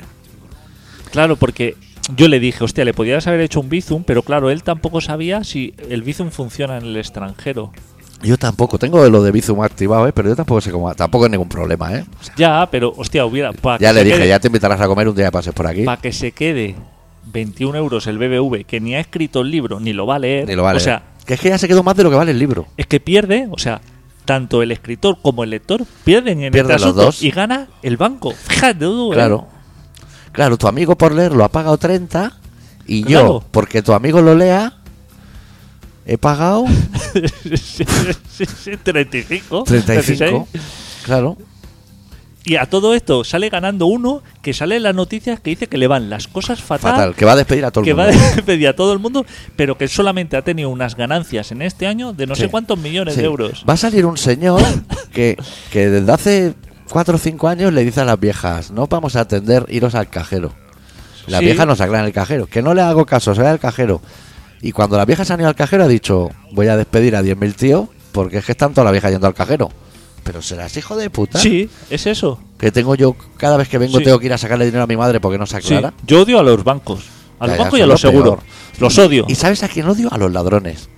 Speaker 3: Claro, porque yo le dije, hostia, le podías haber hecho un Bizum, pero claro, él tampoco sabía si el Bizum funciona en el extranjero.
Speaker 1: Yo tampoco, tengo lo de Bizum activado, ¿eh? pero yo tampoco sé cómo. Tampoco es ningún problema, ¿eh?
Speaker 3: Ya, pero hostia, hubiera. Para
Speaker 1: Ya le dije,
Speaker 3: quede,
Speaker 1: ya te invitarás a comer un día que pases por aquí.
Speaker 3: Para que se quede 21 euros el BBV, que ni ha escrito el libro, ni lo va a leer.
Speaker 1: Ni lo vale. ¿eh?
Speaker 3: O sea,
Speaker 1: que es que ya se quedó más de lo que vale el libro.
Speaker 3: es que pierde, o sea, tanto el escritor como el lector pierden en
Speaker 1: Pierden
Speaker 3: este
Speaker 1: los
Speaker 3: asunto
Speaker 1: dos.
Speaker 3: y gana el banco. Fíjate tú, ¿eh?
Speaker 1: Claro. Claro, tu amigo por leerlo ha pagado 30 y yo,
Speaker 3: Claro.
Speaker 1: porque tu amigo lo lea, he pagado 35.
Speaker 3: 35. 36.
Speaker 1: claro.
Speaker 3: Y a todo esto sale ganando uno que sale en las noticias que dice que le van las cosas fatal,
Speaker 1: Fatal, que va a despedir a todo el
Speaker 3: Ah, que va
Speaker 1: mundo.
Speaker 3: a despedir a todo el mundo, pero que solamente ha tenido unas ganancias en este año de no
Speaker 1: Sí.
Speaker 3: sé cuántos millones
Speaker 1: Sí.
Speaker 3: de euros.
Speaker 1: Va a salir un señor que, que desde hace 4 o 5 años le dice a las viejas, no vamos a atender, iros al cajero. Las
Speaker 3: Sí.
Speaker 1: viejas nos aclaran el cajero, que no le hago caso, se va al cajero. Y cuando las viejas han ido al cajero ha dicho, voy a despedir a 10.000 tíos porque es que están todas las viejas yendo al cajero. Pero serás hijo de puta.
Speaker 3: Sí, es eso.
Speaker 1: Que tengo yo, cada vez que vengo
Speaker 3: Sí.
Speaker 1: tengo que ir a sacarle dinero a mi madre porque no se
Speaker 3: Sí.
Speaker 1: aclara.
Speaker 3: Yo odio a los bancos. A los
Speaker 1: Ya, ya,
Speaker 3: bancos y a
Speaker 1: son
Speaker 3: los
Speaker 1: lo peor.
Speaker 3: seguros. Los odio.
Speaker 1: ¿Y sabes a quién odio? A los ladrones.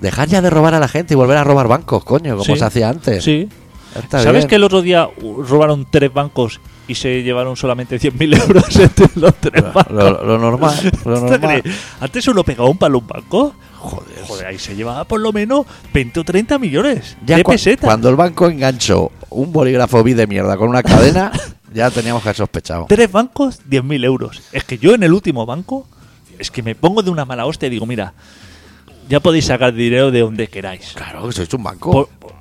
Speaker 1: Dejar ya de robar a la gente y volver a robar bancos, coño, como
Speaker 3: Sí.
Speaker 1: se hacía antes.
Speaker 3: Sí.
Speaker 1: Está
Speaker 3: ¿Sabes
Speaker 1: bien.
Speaker 3: que el otro día uh, robaron tres bancos y se llevaron solamente 100.000 euros entre los tres bancos?
Speaker 1: lo, lo normal, lo
Speaker 3: ¿Tú te
Speaker 1: normal.
Speaker 3: crees? Antes uno pegaba un palo a un banco.
Speaker 1: Joder.
Speaker 3: Joder, ahí se llevaba por lo menos 20 o 30 millones
Speaker 1: Ya
Speaker 3: de
Speaker 1: cua-
Speaker 3: pesetas.
Speaker 1: cuando el banco enganchó un bolígrafo B de mierda con una cadena, ya teníamos que haber sospechado.
Speaker 3: Tres bancos, 10.000 euros. Es que yo en el último banco, es que me pongo de una mala hostia y digo, mira, ya podéis sacar dinero de donde queráis.
Speaker 1: Claro, que sois un banco.
Speaker 3: Por- por-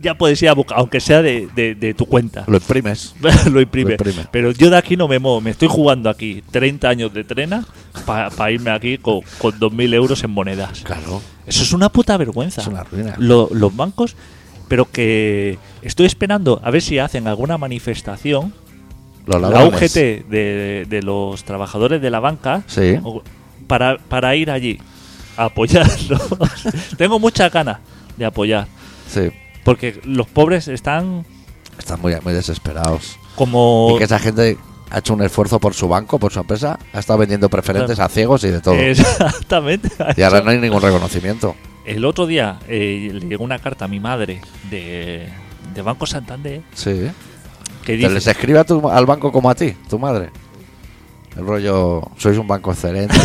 Speaker 3: ya podéis ir a buscar, aunque sea de, de- de tu cuenta.
Speaker 1: Lo imprimes.
Speaker 3: lo imprime.
Speaker 1: Lo imprime.
Speaker 3: Pero yo de aquí no me muevo. Me estoy jugando aquí 30 años de trena para irme aquí con, con 2.000 euros en monedas.
Speaker 1: Claro.
Speaker 3: Eso es una puta vergüenza.
Speaker 1: Es una ruina.
Speaker 3: Lo- los bancos, pero que estoy esperando a ver si hacen alguna manifestación.
Speaker 1: Los
Speaker 3: La
Speaker 1: ladrones.
Speaker 3: UGT de, de los trabajadores de la banca
Speaker 1: Sí.
Speaker 3: o- para, para ir allí a apoyarlos. Tengo muchas ganas de apoyar,
Speaker 1: Sí.
Speaker 3: porque los pobres están
Speaker 1: Están muy, muy desesperados.
Speaker 3: como...
Speaker 1: Y que esa gente ha hecho un esfuerzo por su banco, por su empresa, ha estado vendiendo preferentes a ciegos y de
Speaker 3: Eh,
Speaker 1: todo.
Speaker 3: Exactamente.
Speaker 1: Y ahora no hay ningún reconocimiento.
Speaker 3: El otro día eh, le llegó una carta a mi madre de, de Banco Santander
Speaker 1: Sí.
Speaker 3: que
Speaker 1: Te
Speaker 3: dice,
Speaker 1: les escribe a tu- al banco como a ti, tu madre. El rollo, sois un banco excelente.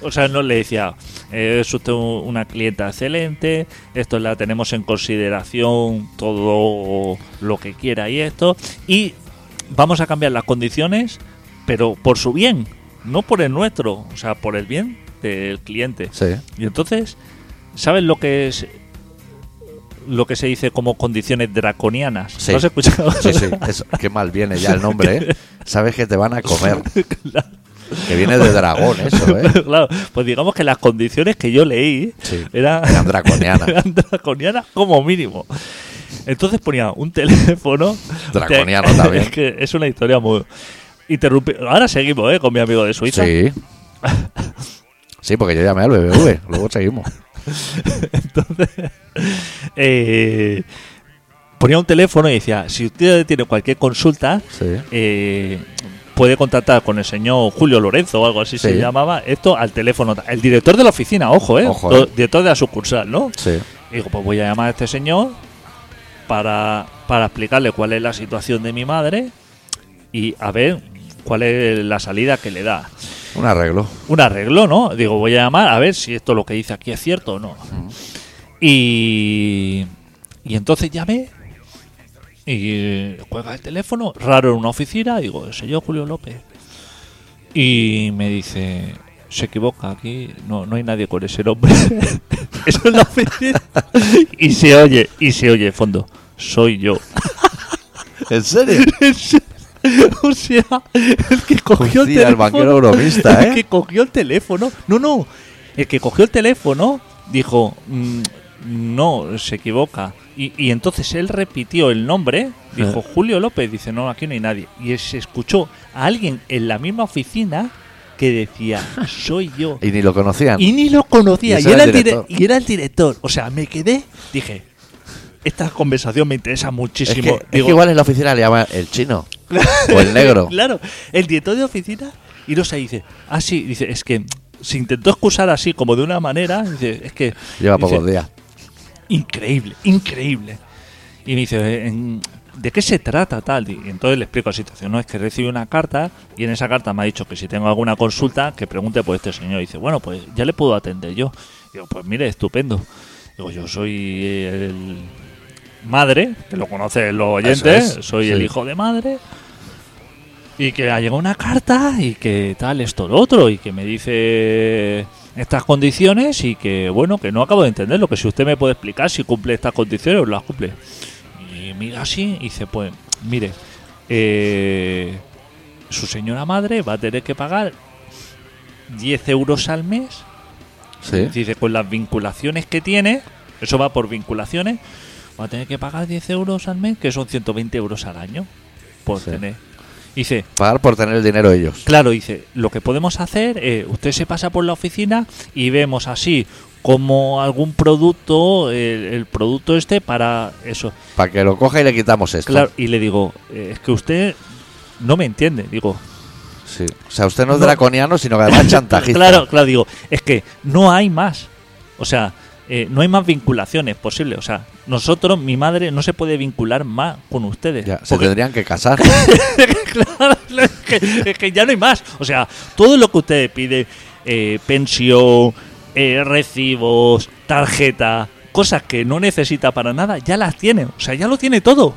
Speaker 3: O sea, no le decía, eh, es usted un- una clienta excelente, esto la tenemos en consideración, todo lo que quiera y esto, y vamos a cambiar las condiciones, pero por su bien, no por el nuestro, o sea, por el bien del cliente.
Speaker 1: sí.
Speaker 3: Y entonces, ¿sabes lo que es lo que se dice como condiciones draconianas?
Speaker 1: Sí.
Speaker 3: ¿Lo has escuchado?
Speaker 1: Sí, sí, eso, qué mal viene ya el nombre, ¿eh? Sabes que te van a comer. Que viene de dragón eso, ¿eh?
Speaker 3: claro, pues digamos que las condiciones que yo leí
Speaker 1: Sí,
Speaker 3: era,
Speaker 1: eran draconianas.
Speaker 3: eran draconianas como mínimo. Entonces ponía un teléfono.
Speaker 1: Draconiano
Speaker 3: Te-
Speaker 1: también.
Speaker 3: Es que es una historia muy. Interrumpi Ahora seguimos, ¿eh? Con mi amigo de Suiza.
Speaker 1: Sí. Sí, porque yo llamé al BBV, luego seguimos.
Speaker 3: Eh, ponía un teléfono y decía: si usted tiene cualquier consulta,
Speaker 1: Sí.
Speaker 3: eh, puede contactar con el señor Julio Lorenzo o algo así se
Speaker 1: Sí.
Speaker 3: llamaba. Esto al teléfono. El director de la oficina, ojo, ¿eh?
Speaker 1: Ojo, ¿eh?
Speaker 3: Do- Director de la sucursal, ¿no?
Speaker 1: Sí.
Speaker 3: Y digo, pues voy a llamar a este señor para, para explicarle cuál es la situación de mi madre y a ver cuál es la salida que le da.
Speaker 1: Un arreglo.
Speaker 3: Un arreglo, ¿no? Digo, voy a llamar a ver si esto lo que dice aquí es cierto o no. Y, y entonces llamé y cuelga el teléfono, raro en una oficina, digo, el señor Julio López. Y me dice, se equivoca aquí, no, no hay nadie con ese nombre. Eso es la oficina. y se oye, y se oye, de fondo, soy yo.
Speaker 1: ¿En serio?
Speaker 3: o sea, el que cogió el
Speaker 1: Hostia,
Speaker 3: teléfono.
Speaker 1: el banquero bromista,
Speaker 3: El que
Speaker 1: ¿eh?
Speaker 3: cogió el teléfono. No, no. El que cogió el teléfono dijo, "Mm, no, se equivoca. Y, y entonces él repitió el nombre, dijo
Speaker 1: Eh.
Speaker 3: Julio López, dice, no, aquí no hay nadie. Y se escuchó a alguien en la misma oficina que decía, soy yo.
Speaker 1: Y ni lo conocían.
Speaker 3: Y ni lo
Speaker 1: Y
Speaker 3: conocía. Y,
Speaker 1: ese era
Speaker 3: era el
Speaker 1: el
Speaker 3: dire-
Speaker 1: director.
Speaker 3: y era el director. O sea, me quedé, dije, esta conversación me interesa
Speaker 1: Es que,
Speaker 3: muchísimo.
Speaker 1: es que igual en la oficina le llaman el chino. O el negro.
Speaker 3: Claro, el director de oficina y no se dice, ah, sí, dice, es que se intentó excusar así, como de una manera, dice, es que.
Speaker 1: Lleva
Speaker 3: dice,
Speaker 1: pocos días.
Speaker 3: Increíble, increíble. Y me dice, "En- ¿de qué se trata tal? Y entonces le explico la situación, no, es que recibí una carta y en esa carta me ha dicho que si tengo alguna consulta, que pregunte por este señor. Y dice, bueno, pues ya le puedo atender yo. Digo, pues mire, estupendo. Digo, yo soy el madre, que lo conocen los oyentes,
Speaker 1: Eso es,
Speaker 3: soy
Speaker 1: sí.
Speaker 3: el hijo de madre. Y que ha llegado una carta y que tal, esto, lo otro, y que me dice estas condiciones y que, bueno, que no acabo de entenderlo, que si usted me puede explicar si cumple estas condiciones o las cumple. Y mira así y dice, pues, mire, eh, su señora madre va a tener que pagar 10 euros al mes
Speaker 1: Sí.
Speaker 3: Dice, con pues las vinculaciones que tiene, eso va por vinculaciones, va a tener que pagar 10 euros al mes, que son 120 euros al año por
Speaker 1: Sí.
Speaker 3: tener. Dice,
Speaker 1: Pagar por tener el dinero ellos.
Speaker 3: claro, dice, lo que podemos hacer es, usted se pasa por la oficina y vemos así como algún producto, el, el producto este para eso.
Speaker 1: Para que lo coja y le quitamos esto.
Speaker 3: Claro, y le digo, "Eh, es que usted no me entiende, digo,
Speaker 1: Sí. O sea, usted no es
Speaker 3: No.
Speaker 1: draconiano, sino que además es chantajista.
Speaker 3: Claro, claro, digo, es que no hay más. O sea, eh, no hay más vinculaciones posibles. O sea, nosotros, mi madre, no se puede vincular más con ustedes.
Speaker 1: Ya, se
Speaker 3: Porque-
Speaker 1: tendrían que casar.
Speaker 3: claro, es que, es que ya no hay más. O sea, todo lo que ustedes piden, eh, pensión, eh, recibos, tarjeta, cosas que no necesita para nada, ya las tiene. O sea, ya lo tiene todo.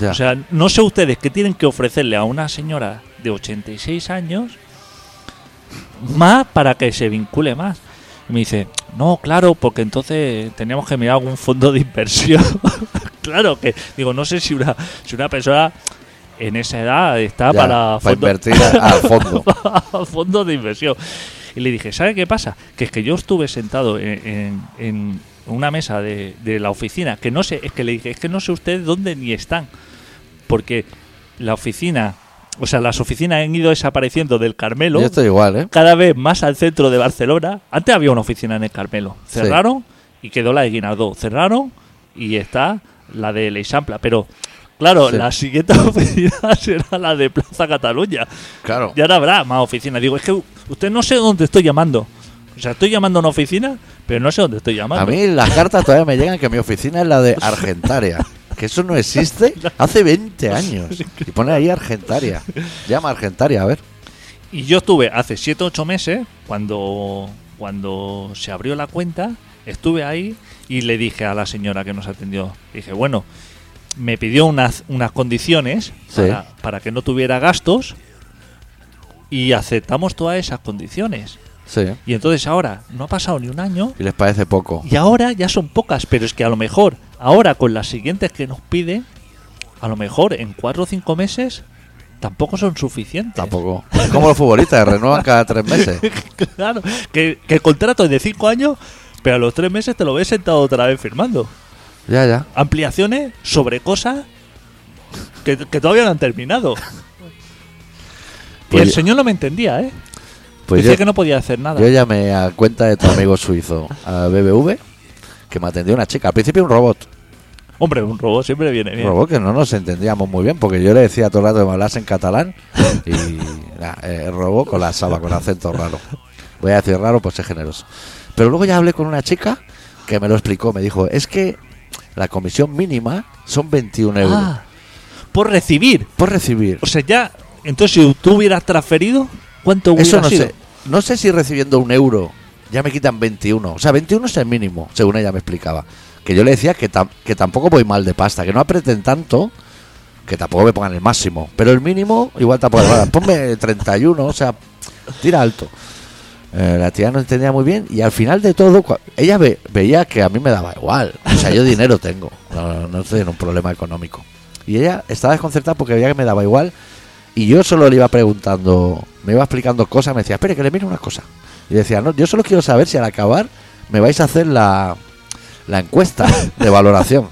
Speaker 1: Ya.
Speaker 3: O sea, no sé ustedes qué tienen que ofrecerle a una señora de 86 años más para que se vincule más. Y me dice, no, claro, porque entonces teníamos que mirar algún fondo de inversión. claro que, digo, no sé si una, si una persona en esa edad está
Speaker 1: Ya,
Speaker 3: para,
Speaker 1: para
Speaker 3: fondo-
Speaker 1: invertir a- al fondo.
Speaker 3: a fondo de inversión. Y le dije, ¿sabe qué pasa? Que es que yo estuve sentado en, en- en una mesa de, de la oficina, que no sé, es que le dije, es que no sé ustedes dónde ni están, porque la oficina, o sea, las oficinas han ido desapareciendo del Carmelo,
Speaker 1: Yo estoy igual, ¿eh?
Speaker 3: cada vez más al centro de Barcelona. Antes había una oficina en el Carmelo,
Speaker 1: Sí.
Speaker 3: cerraron y quedó la de Guinardó, cerraron y está la de Leixampla, pero... Claro,
Speaker 1: Sí.
Speaker 3: la siguiente oficina será la de Plaza Cataluña.
Speaker 1: Claro.
Speaker 3: Ya no habrá más oficinas. Digo, es que usted no sé dónde estoy llamando. O sea, estoy llamando a una oficina, pero no sé dónde estoy llamando.
Speaker 1: A mí las cartas todavía me llegan que mi oficina es la de Argentaria, que eso no existe hace 20 años. Y pone ahí Argentaria. Llama a Argentaria, a ver.
Speaker 3: Y yo estuve hace 7 8 meses, cuando, cuando se abrió la cuenta, estuve ahí y le dije a la señora que nos atendió, dije, bueno, me pidió unas, unas condiciones
Speaker 1: Sí.
Speaker 3: para, para que no tuviera gastos y aceptamos todas esas condiciones.
Speaker 1: Sí.
Speaker 3: Y entonces ahora, no ha pasado ni un año
Speaker 1: Y les parece poco.
Speaker 3: y ahora ya son pocas, pero es que a lo mejor ahora con las siguientes que nos pide, a lo mejor en 4 o 5 meses tampoco son suficientes.
Speaker 1: Tampoco. Es como los futbolistas, que renuevan cada tres meses.
Speaker 3: claro, que, que el contrato es de 5 años, pero a los 3 meses te lo ves sentado otra vez firmando.
Speaker 1: Ya, ya.
Speaker 3: Ampliaciones sobre cosas que, que todavía no han terminado. y
Speaker 1: Pues
Speaker 3: el
Speaker 1: yo-
Speaker 3: señor no me entendía, ¿eh?
Speaker 1: Pues
Speaker 3: Decía
Speaker 1: yo,
Speaker 3: que no podía hacer nada.
Speaker 1: yo llamé a cuenta de tu amigo suizo, a BBV, que me atendió una chica. Al principio un robot.
Speaker 3: Hombre, un robot siempre viene bien.
Speaker 1: Un robot que no nos entendíamos muy bien, porque yo le decía todo el rato que me hablas en catalán. Y nah, eh, el robot con la saba, con acento raro. Voy a decir raro, pues es generoso. Pero luego ya hablé con una chica que me lo explicó. Me dijo, es que la comisión mínima son 21 euros.
Speaker 3: Ah, por recibir.
Speaker 1: Por recibir.
Speaker 3: O sea, ya. Entonces, si tú hubieras transferido, ¿cuánto hubiera
Speaker 1: Eso no
Speaker 3: sido?
Speaker 1: sé. No sé si recibiendo un euro ya me quitan 21. O sea, 21 es el mínimo, según ella me explicaba. Que yo le decía que, tam- que tampoco voy mal de pasta, que no apreten tanto, que tampoco me pongan el máximo. Pero el mínimo, igual tampoco. ahora, Ponme 31, o sea, tira alto. Eh, la tía no entendía muy bien y al final de todo, cua- ella ve- veía que a mí me daba igual. O sea, yo dinero tengo, no, no estoy en un problema económico. Y ella estaba desconcertada porque veía que me daba igual y yo solo le iba preguntando, me iba explicando cosas, me decía, espere, que le mire una cosa. Y decía, no, yo solo quiero saber si al acabar me vais a hacer la, la encuesta de valoración.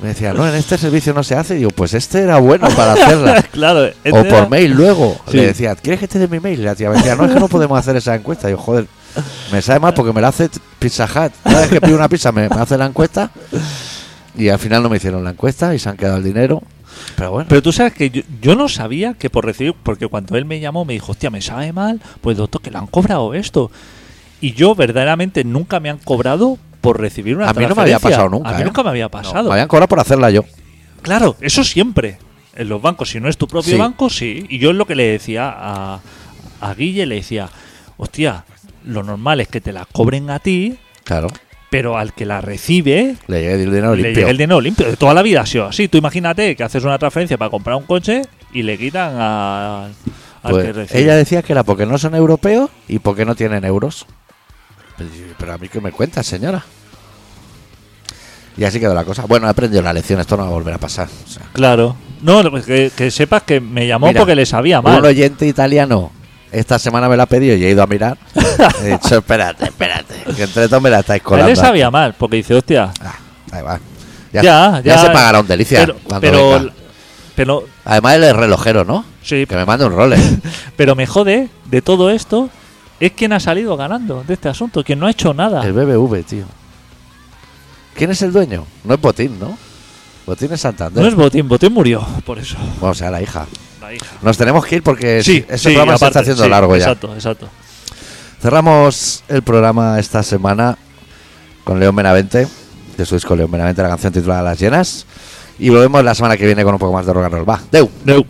Speaker 1: Me decía, no, en este servicio no se hace. Y digo, pues este era bueno para hacerla.
Speaker 3: claro. este
Speaker 1: O por
Speaker 3: era-
Speaker 1: mail luego.
Speaker 3: Sí.
Speaker 1: Le decía, ¿quieres que te dé mi mail? Y la tía me decía, no, es que no podemos hacer esa encuesta. Y yo, joder, me sabe mal porque me la hace Pizza Hut. Cada vez que pido una pizza me, me hace la encuesta. Y al final no me hicieron la encuesta y se han quedado el dinero. Pero bueno,
Speaker 3: Pero tú sabes que yo, yo no sabía que por recibir, porque cuando él me llamó me dijo, hostia, me sabe mal, pues doctor, que le han cobrado esto. Y yo verdaderamente nunca me han cobrado por recibir una
Speaker 1: a mí no me había
Speaker 3: transferencia.
Speaker 1: pasado nunca.
Speaker 3: A mí
Speaker 1: ¿eh?
Speaker 3: nunca me había
Speaker 1: No,
Speaker 3: pasado.
Speaker 1: me habían cobrado por hacerla yo.
Speaker 3: Claro, eso siempre. En los bancos, si no es tu propio
Speaker 1: Sí.
Speaker 3: banco, sí. Y yo es lo que le decía a, a Guille, le decía, hostia, lo normal es que te la cobren a ti,
Speaker 1: Claro.
Speaker 3: pero al que la recibe,
Speaker 1: Le llegué el dinero
Speaker 3: le
Speaker 1: limpio.
Speaker 3: llega el dinero limpio. De toda la vida ha sido así. Tú imagínate que haces una transferencia para comprar un coche y le quitan a- al
Speaker 1: Pues
Speaker 3: que recibe.
Speaker 1: ella decía que era porque no son europeos y porque no tienen euros. Pero, pero a mí que me cuentas, señora. Y así quedó la cosa. Bueno, he aprendido la lección, esto no va a volver a pasar. O sea,
Speaker 3: Claro. No, no, pues que, que sepas que me llamó
Speaker 1: Mira,
Speaker 3: porque le sabía mal.
Speaker 1: Un oyente italiano esta semana me la ha pedido y he ido a mirar. he dicho, espérate, espérate. Que entre todos me la estáis
Speaker 3: A él
Speaker 1: colando.
Speaker 3: le sabía mal porque dice, hostia.
Speaker 1: Ah, ahí va.
Speaker 3: Ya,
Speaker 1: Ya,
Speaker 3: ya,
Speaker 1: ya se pagará un delicia.
Speaker 3: Pero,
Speaker 1: cuando
Speaker 3: pero,
Speaker 1: venga.
Speaker 3: pero,
Speaker 1: Además, él es relojero, ¿no?
Speaker 3: sí,
Speaker 1: Que me mande un role.
Speaker 3: pero me jode de todo esto es quien ha salido ganando de este asunto, quien no ha hecho nada.
Speaker 1: El BBV, tío. ¿Quién es el dueño? No es Botín, ¿no? Botín es Santander.
Speaker 3: No es Botín, Botín murió por eso.
Speaker 1: Bueno, o sea, la hija.
Speaker 3: La hija.
Speaker 1: Nos tenemos que ir porque
Speaker 3: Sí,
Speaker 1: este
Speaker 3: sí,
Speaker 1: programa se
Speaker 3: aparte,
Speaker 1: está haciendo
Speaker 3: sí,
Speaker 1: largo ya.
Speaker 3: Exacto, exacto.
Speaker 1: Cerramos el programa esta semana con León Benavente, de su disco León Benavente, la canción titulada Las Llenas. Y volvemos la semana que viene con un poco más de rock and roll. Va, Deu.
Speaker 3: Deu.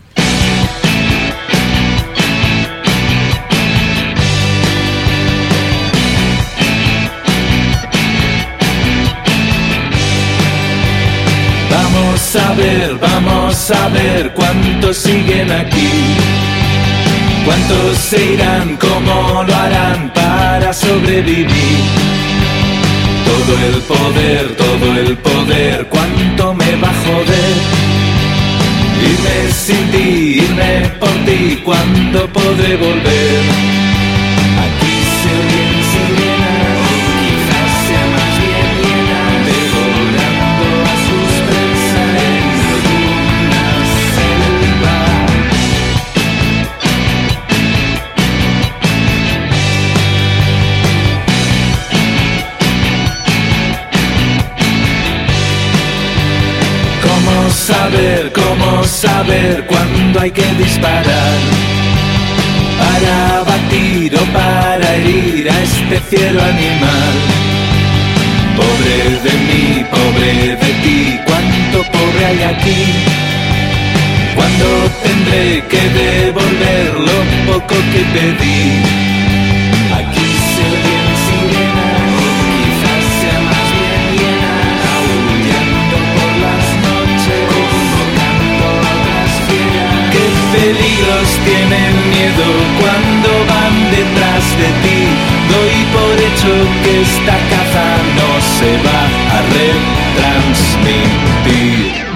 Speaker 4: Vamos a ver, vamos a ver cuántos siguen aquí. Cuántos se irán, cómo lo harán para sobrevivir. Todo el poder, todo el poder, cuánto me va a joder. Irme sin ti, irme por ti, cuándo podré volver. Aquí se oyen sirenas, quizás sea más bien llenas, devorando a sus presas en alguna selva. ¿Cómo saber, cómo saber cuándo hay que disparar? para batir o para herir a este cielo animal. Pobre de mí, pobre de ti, cuánto pobre pedir. Aquí se oyen sirenas, quizás sea más bien hienas, aullando por las noches, convocando a otras fieras. ¿Qué peligros tienen miedo cuando van detrás de ti? Doy por hecho que esta caza no se va a retransmitir.